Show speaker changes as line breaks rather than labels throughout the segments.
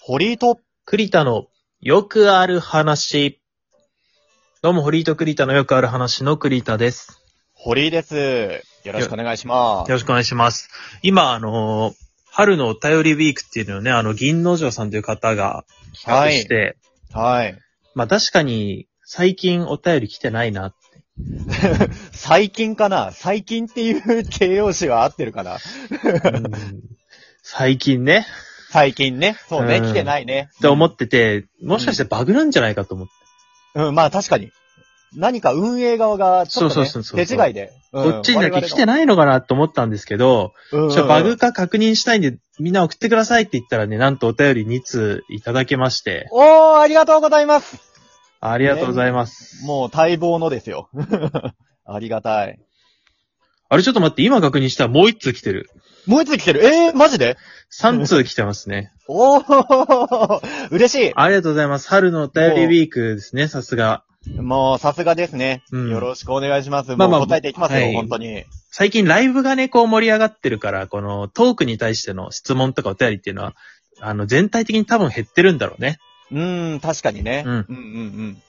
堀井と
栗田のよくある話。どうも、堀井と栗田のよくある話の栗田です。
堀井です。よろしくお願いしま
よ
す。
ろしくお願いします。今、あのー春のお便りウィークっていうのをね、あの、銀之丞さんという方が
は
企画し
い。
て、
はい。
まあ確かに最近お便り来てないな。
最近かな最近っていう 形容詞は合ってるかな
うん最近ね、
最近ね。そうね。
うん
来てないね。
って思ってて、もしかしてバグなんじゃないかと思って。
うん、まあ確かに。何か運営側が、ちょっと、
そう
ね、
そうそうそう
手違いで。うん
こっちにだけ来てないのかなと思ったんですけど、
我々の
ちょ、バ
うんう
グ
ん
か確認したいんで、みんな送ってくださいって言ったらね、なんとお便り2通いただけまして、
おー、ありがとうございます。
ありがとうございます。
もう待望のですよ。 ありがたい。
あれちょっと待って、今確認したらもう1通来てる。
もう一つ来てる。えー、マジで
3通来てますね。
おー、嬉しい。
ありがとうございます。春のお便りウィークですね、さすが。
もう、さすがですね。
うん
よろしくお願いします。
まあまあ
もう答えていきますよ、
はい
本当に。
最近ライブがね、こう盛り上がってるから、このトークに対しての質問とかお便りっていうのは、あの、全体的に多分減ってるんだろうね。
うーん、確かにね。
うん
うん、うん、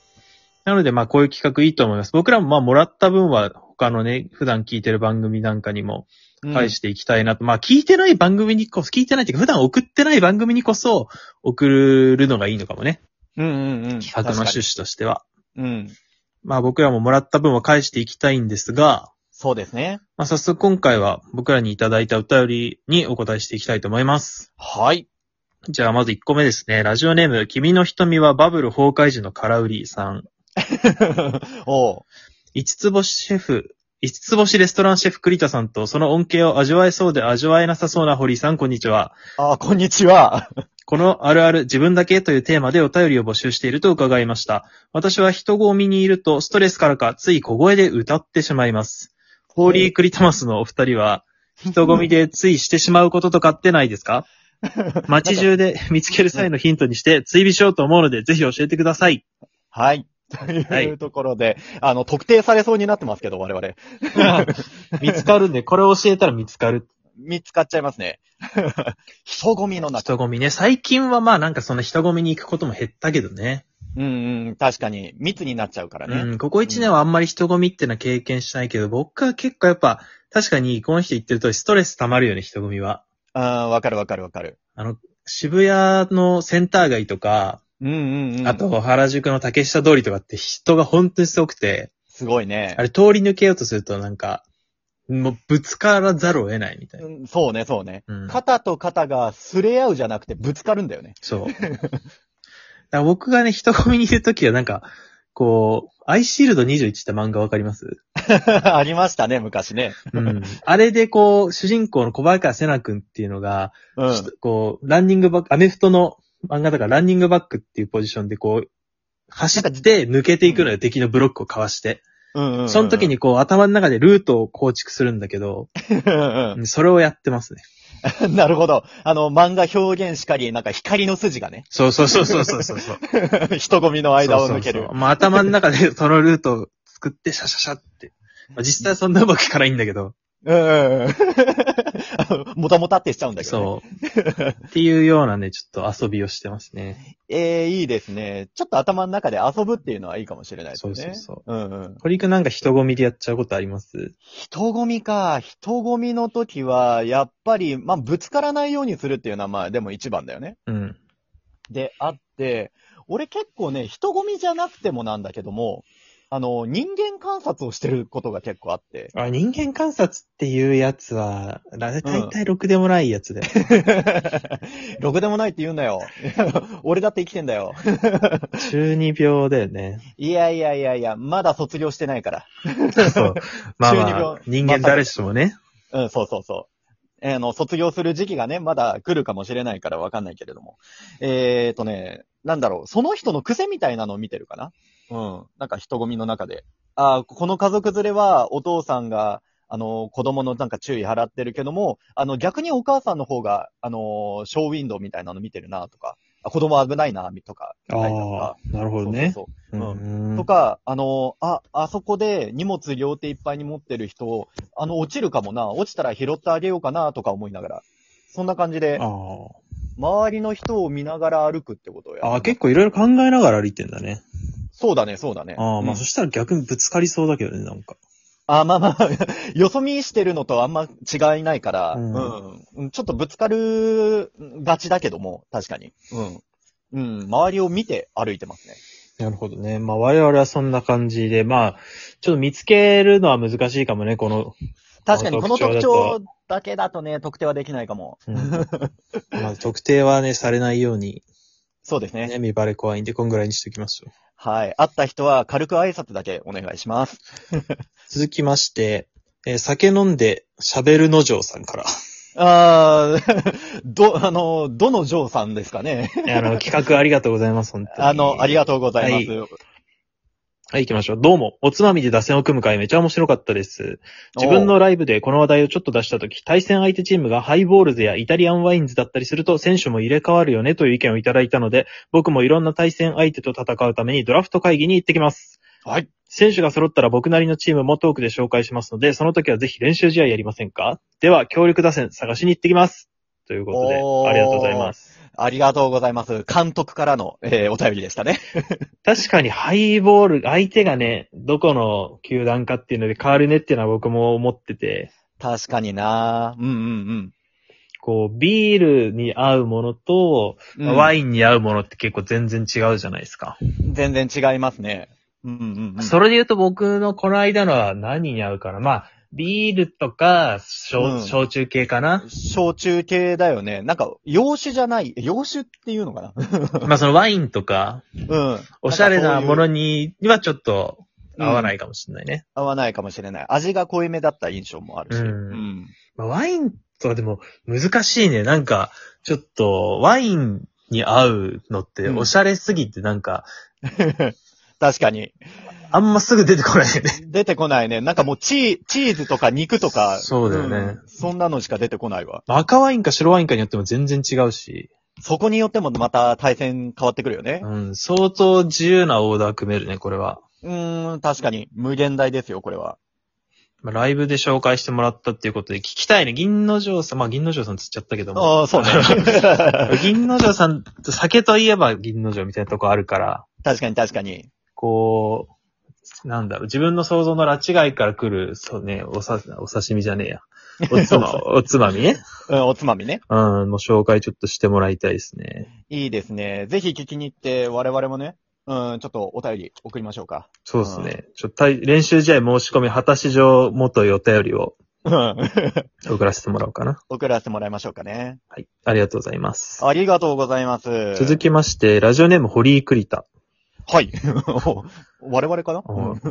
なので、まあ、こういう企画いいと思います。僕らもまあ、もらった分は、他のね、普段聞いてる番組なんかにも
うん。
返していきたいなと。まあ、聞いてない番組にこそ、聞いてないっていうか、普段送ってない番組にこそ、送るのがいいのかもね。
うん、うん、うん。
企画の趣旨としては。
確かにうん。
まあ、僕らももらった分は返していきたいんですが、
そうですね。
まあ、早速今回は僕らにいただいたお便りにお答えしていきたいと思います。
はい。
じゃあ、まず1個目ですね。ラジオネーム、君の瞳はバブル崩壊時の空売りさん。
おう。
五つ星シェフ、五つ星レストランシェフ栗田さんと、その恩恵を味わえそうで味わえなさそうな堀井さん、こんにちは。
あ、こんにちは。
このあるある自分だけというテーマでお便りを募集していると伺いました。私は人混みにいるとストレスからかつい小声で歌ってしまいます。ホーリークリタマスのお二人は、人混みでついしてしまうこととかってないですか街中で見つける際のヒントにして追尾しようと思うので、ぜひ教えてください。
はい。というところで、あの、特定されそうになってますけど、我々。
見つかるんで、これ教えたら見つかる。
見つかっちゃいますね。 人混みの中。
人混みね。最近はまあなんかその人混みに行くことも減ったけどね。
うん、うん、確かに。密になっちゃうからね。
うん、ここ1年はあんまり人混みってのは経験しないけど、僕は結構やっぱ、確かにこの人言ってる通りストレス溜まるよね、人混みは。
あーわかるわかるわかる。
あの、渋谷のセンター街とか、
うん、うん、うん。
あと、原宿の竹下通りとかって人が本当にすごくて、
すごいね
あ。れ通り抜けようとするとなんか、もうぶつからざるを得ないみたいな。
うんそうね、そうね。
うん、
肩と肩がすれ合うじゃなくてぶつかるんだよね。
そう。だから僕がね、人混みにいるときはなんか、こう、アイシールド21って漫画わかります
ありましたね、昔ね。
うん。あれでこう、主人公の小早川瀬名くんっていうのが、
うん。
ちょっとこう、ランニングバック、アメフトの漫画だからランニングバックっていうポジションでこう、走って抜けていくのよ、敵のブロックをかわして。
うんうんうん
その時。にこう、頭の中でルートを構築するんだけど、
うん
それをやってますね。
うんなるほど。あの、漫画表現しかり、なんか光の筋がね、
そうそうそうそうそう そう。
人混みの間を抜ける。
そうそうそうまあ頭の中でそのルートを作って、シャシャシャって。まあ、実際そんなうまくいかないんだけど。
うんうんうんあのもたもたってしちゃうんだけ ど、ね。
そう。っていうようなね、ちょっと遊びをしてますね。
ええいいですね。ちょっと頭の中で遊ぶっていうのはいいかもしれないですね。。
そうそうそう
うんうん。
堀くんなんか人混みでやっちゃうことあります
人混みか。人混みの時は、やっぱり、まあ、ぶつからないようにするっていうのは、まあ、でも一番だよね。
うん。
であって、俺結構ね、人混みじゃなくてもなんだけども、あの、人間観察をしてることが結構あって。
あ、人間観察っていうやつは、だ大体ろくでもないやつで。
ろくでもないって言うんだよ。俺だって生きてんだよ。
中二病だよね。
いやいやいやいや、まだ卒業してないから。
そう。 まあ、ま
中二
あ
病、
人間誰しもね。
うん、そうそうそう。えーあの、卒業する時期がね、まだ来るかもしれないからわかんないけれども。えーとね、なんだろう、その人の癖みたいなのを見てるかなうん。なんか人混みの中で。あーこの家族連れはお父さんが、あの、子供のなんか注意払ってるけども、あの、逆にお母さんの方が、あの、ショーウィンドウみたいなの見てるなとか、あ子供危ないな、とか。見たりとか、
なるほど
そう
ね。
そうそう
うん
とか、あの、あ、あそこで荷物両手いっぱいに持ってる人、あの、落ちるかもな、落ちたら拾ってあげようかな、とか思いながら。そんな感じで
あ、あ。
周りの人を見ながら歩くってことをやる
ああ、結構いろいろ考えながら歩いてんだね。
そうだね、そうだね。
ああ、ま
う
あ
ん
そしたら逆にぶつかりそうだけどね、なんか。
あまあまあ、 よそ見してるのとあんま違いないから、
う
うんん、ちょっとぶつかるがちだけども、確かに。うん。うん、周りを見て歩いてますね。
なるほどね。まあ我々はそんな感じで、まあ、ちょっと見つけるのは難しいかもね、この。
確かに、この特
こ
徴だけだとね、特定はできないかも。
うんまあ特定はね、されないように、
そうですね。
ね、見バレ怖いんで、こんぐらいにしておきましょう。
はい。会った人は軽く挨拶だけお願いします。
続きまして、えー酒飲んで喋るの城さんから。
あー、 ど、あの、どのジョーさんですかね。
あの、企画ありがとうございます、本当に。
あの、ありが
と
とうございます。
う。はい、行きましょう。どうも、おつまみで打線を組む会めちゃ面白かったです。自分のライブでこの話題をちょっと出したとき、対戦相手チームがハイボールズやイタリアンワインズだったりすると選手も入れ替わるよねという意見をいただいたので、僕もいろんな対戦相手と戦うためにドラフト会議に行ってきます。
おー。はい。
選手が揃ったら僕なりのチームもトークで紹介しますので、その時はぜひ練習試合やりませんかでは、協力打線探しに行ってきます。ということで
お、ー
ありがとうございます。
ありがとうございます。監督からの、えーお便りでしたね。
確かにハイボール、相手がね、どこの球団かっていうので変わるねっていうのは僕も思ってて、
確かになうんうん
こう、ビールに合うものと、
うん。うん
ワインに合うものって結構全然違うじゃないですか。
全然違いますね。うんうんうん。
それで言うと僕のこの間のは何に合うかな。まあ、ビールとか、焼,、
うん
焼酎系か な。
焼酎系だよね。なんか、洋酒じゃない、洋酒っていうのかな
まあそのワインとか、
うん。
おしゃれなもの
に
にはちょっと合わないかもしれないね。
合わないかもしれない。味が濃いめだった印象もあるし。う
う
んん。
まあ、ワインとはでも難しいね。なんか、ちょっと、ワインに合うのって
うん
おしゃれすぎてなんか、
確かに。
あんますぐ出てこないよね。
出てこないね。なんかもうチー、チーズとか肉とか。
そうだよね
んそんなのしか出てこないわ。
赤ワインか白ワインかによっても全然違うし。
そこによってもまた対戦変わってくるよね。
うん、相当自由なオーダー組めるね、これは。
うーん、確かに。無限大ですよ、これは。
まあ、ライブで紹介してもらったっていうことで聞きたいね。銀の城さん、まあ銀の城さんつっちゃったけども。
ああ、そうね。
銀の城さん、酒といえば銀の城みたいなとこあるから、
確かに確かに。
こう、なんだろう、自分の想像の拉致外から来る、そうね、おさ、お刺身じゃねえや。 おつま、おつまみね。
うん、おつまみね。
うん、もう紹介ちょっとしてもらいたいですね。
いいですね。ぜひ聞きに行って、我々もね、うん、ちょっとお便り送りましょうか。
そうですね。ちょっと対練習試合申し込み、果たし状元よお便りを
うん。
送らせてもらおうかな。
送らせてもらいましょうかね。
はい。ありがとうございます。
ありがとうございます。
続きまして、ラジオネーム、堀井栗田。
はい。 お我々かなうん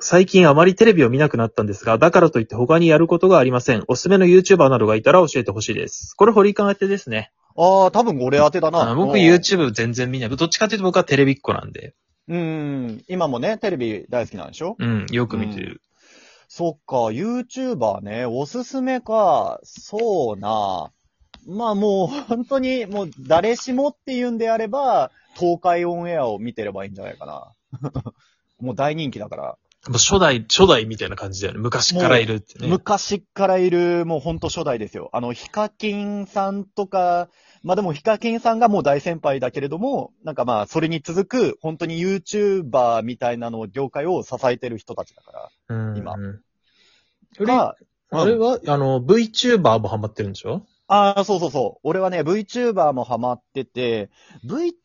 最近あまりテレビを見なくなったんですが、だからといって他にやることがありません。おすすめの YouTuber などがいたら教えてほしいです。これ堀井かん宛てですね。
ああ、多分俺当てだ
あ
な。
僕
うん
YouTube 全然見ない。どっちかというと僕はテレビっ子なんで。
うん。今もね、テレビ大好きなんでしょ
うん、よく見てる。
そっか、YouTuber ね、おすすめか、そうな。まあもう本当に、もう誰しもっていうんであれば、東海オンエアを見てればいいんじゃないかな。 もう大人気だから。
もう初代、初代みたいな感じだよね。昔からいるってね。
昔っからいる、もうほんと初代ですよ。あの、ヒカキンさんとか、まあでもヒカキンさんがもう大先輩だけれども、なんかまあ、それに続く、本当に YouTuber みたいなのを業界を支えてる人たちだか
うん
今
うん
ら。が
あれは、あの、VTuber もハマってるんでしょ
ああ、そうそうそう。俺はね、VTuber もハマってて、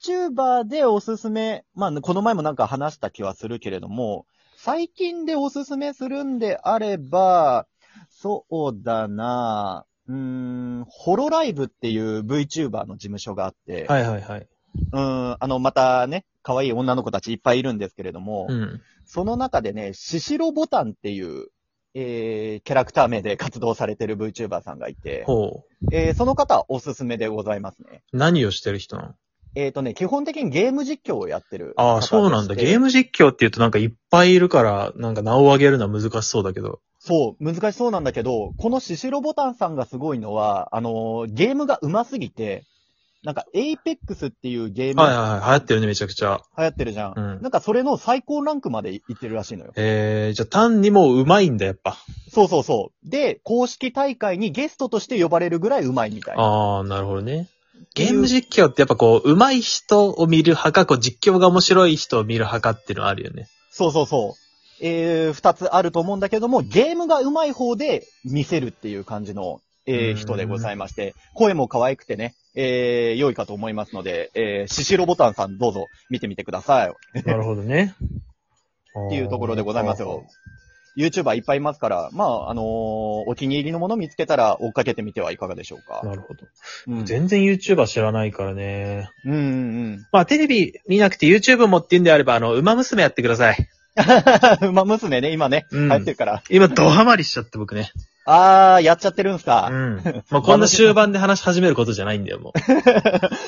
VTuber でおすすめ、まあ、この前もなんか話した気はするけれども、最近でおすすめするんであれば、そうだなうーん、ホロライブっていう VTuber の事務所があって、
はいはいはい。
うーん、あの、またね、可愛い女の子たちいっぱいいるんですけれども、
うん。
その中でね、シシロボタンっていう、えー、キャラクター名で活動されてる VTuber さんがいて、
ほ
えーその方、おすすめでございますね。
う。何をしてる人なの
えっ、とね、基本的にゲーム実況をやってる方
ああ、そうなんだ。ゲー
ム
ム実況って言うとなんかいっぱいいるから、なんか名を上げるのは難しそうだけど。
そう、難しそうなんだけど、このシシロボタンさんがすごいのは、あのーゲームが上手すぎて、なんか、エイペックスっていうゲーム
はいはいはい。流行ってるね、めちゃくちゃ。
流行ってるじゃん。
うん
なんか、それの最高ランクまでいってるらしいのよ。
えー、じゃあ単にもう上手いんだ、やっぱ。
そうそうそう。で、公式大会にゲストとして呼ばれるぐらい上手いみたいな。
ああ、なるほどね。ゲーム実況ってやっぱこう、上手い人を見る派か、こう、実況が面白い人を見る派かっていうのはあるよね。
そうそうそう。えー、二つあると思うんだけども、ゲームが上手い方で見せるっていう感じの、えー
うん
人でございまして、声も可愛くてね、えー、良いかと思いますので、えー、シシロボタンさんどうぞ見てみてください。
なるほどね。
っていうところでございますよ。YouTuber いっぱいいますから、まあ、あのーお気に入りのもの見つけたら追っかけてみてはいかがでしょうか。
なるほど。
うん。
全然 YouTuber 知らないからね。
うんうん
まあ、テレビ見なくて YouTube もって言うんであれば、あの、馬娘やってください。
うん。 まあ、娘ね、今ね、
うん
入ってるから。
今、ドハマりしちゃって僕ね。
あー、やっちゃってるんす
う
か。
ん。まあ、こんな終盤で話し始めることじゃないんだよ、も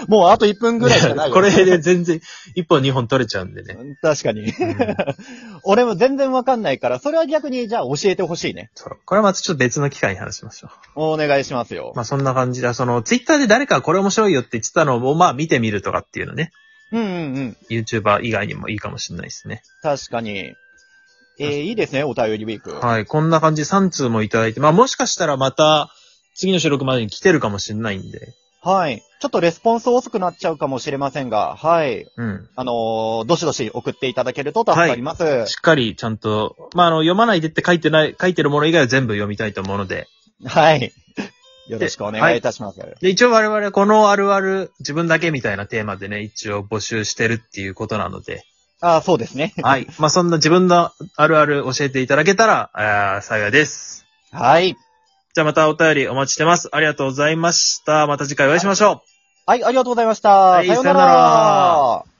う。
もうあと1分ぐらいしかないよ
これで全然、一本二本取れちゃうん でね。
うん確かに。
うん
俺も全然わかんないから、それは逆に、じゃあ教えてほしいね。
そう。これはまたちょっと別の機会に話しましょ
お願いしますよ
う。。まあそんな感じで、その、ツイッターで誰かがこれ面白いよって言ってたのを、まあ見てみるとかっていうのね。
うんうんうん。
YouTuber 以外にもいいかもしれないですね。
確かに。えー、いいですね、お便りウィーク。
はい。こんな感じで3通もいただいて、まあもしかしたらまた、次の収録までに来てるかもしれないんで。
はい。ちょっとレスポンス遅くなっちゃうかもしれませんが、はい。
うん。
あのーどしどし送っていただけると助かります。
しっかりちゃんと、まああの、読まないでって書いてない、書いてるもの以外は全部読みたいと思うので。
はい。よろしくお願いいたします。
で、一応我々このあるある自分だけみたいなテーマでね、一応募集してるっていうことなので。
あーそうですね。
はい。まあ、そんな自分のあるある教えていただけたら、あー幸いです。
はい。
じゃあまたお便りお待ちしてます。ありがとうございました。また次回お会いしましょう。
はい、ありがとうございました。
はい
さような
さような
ら。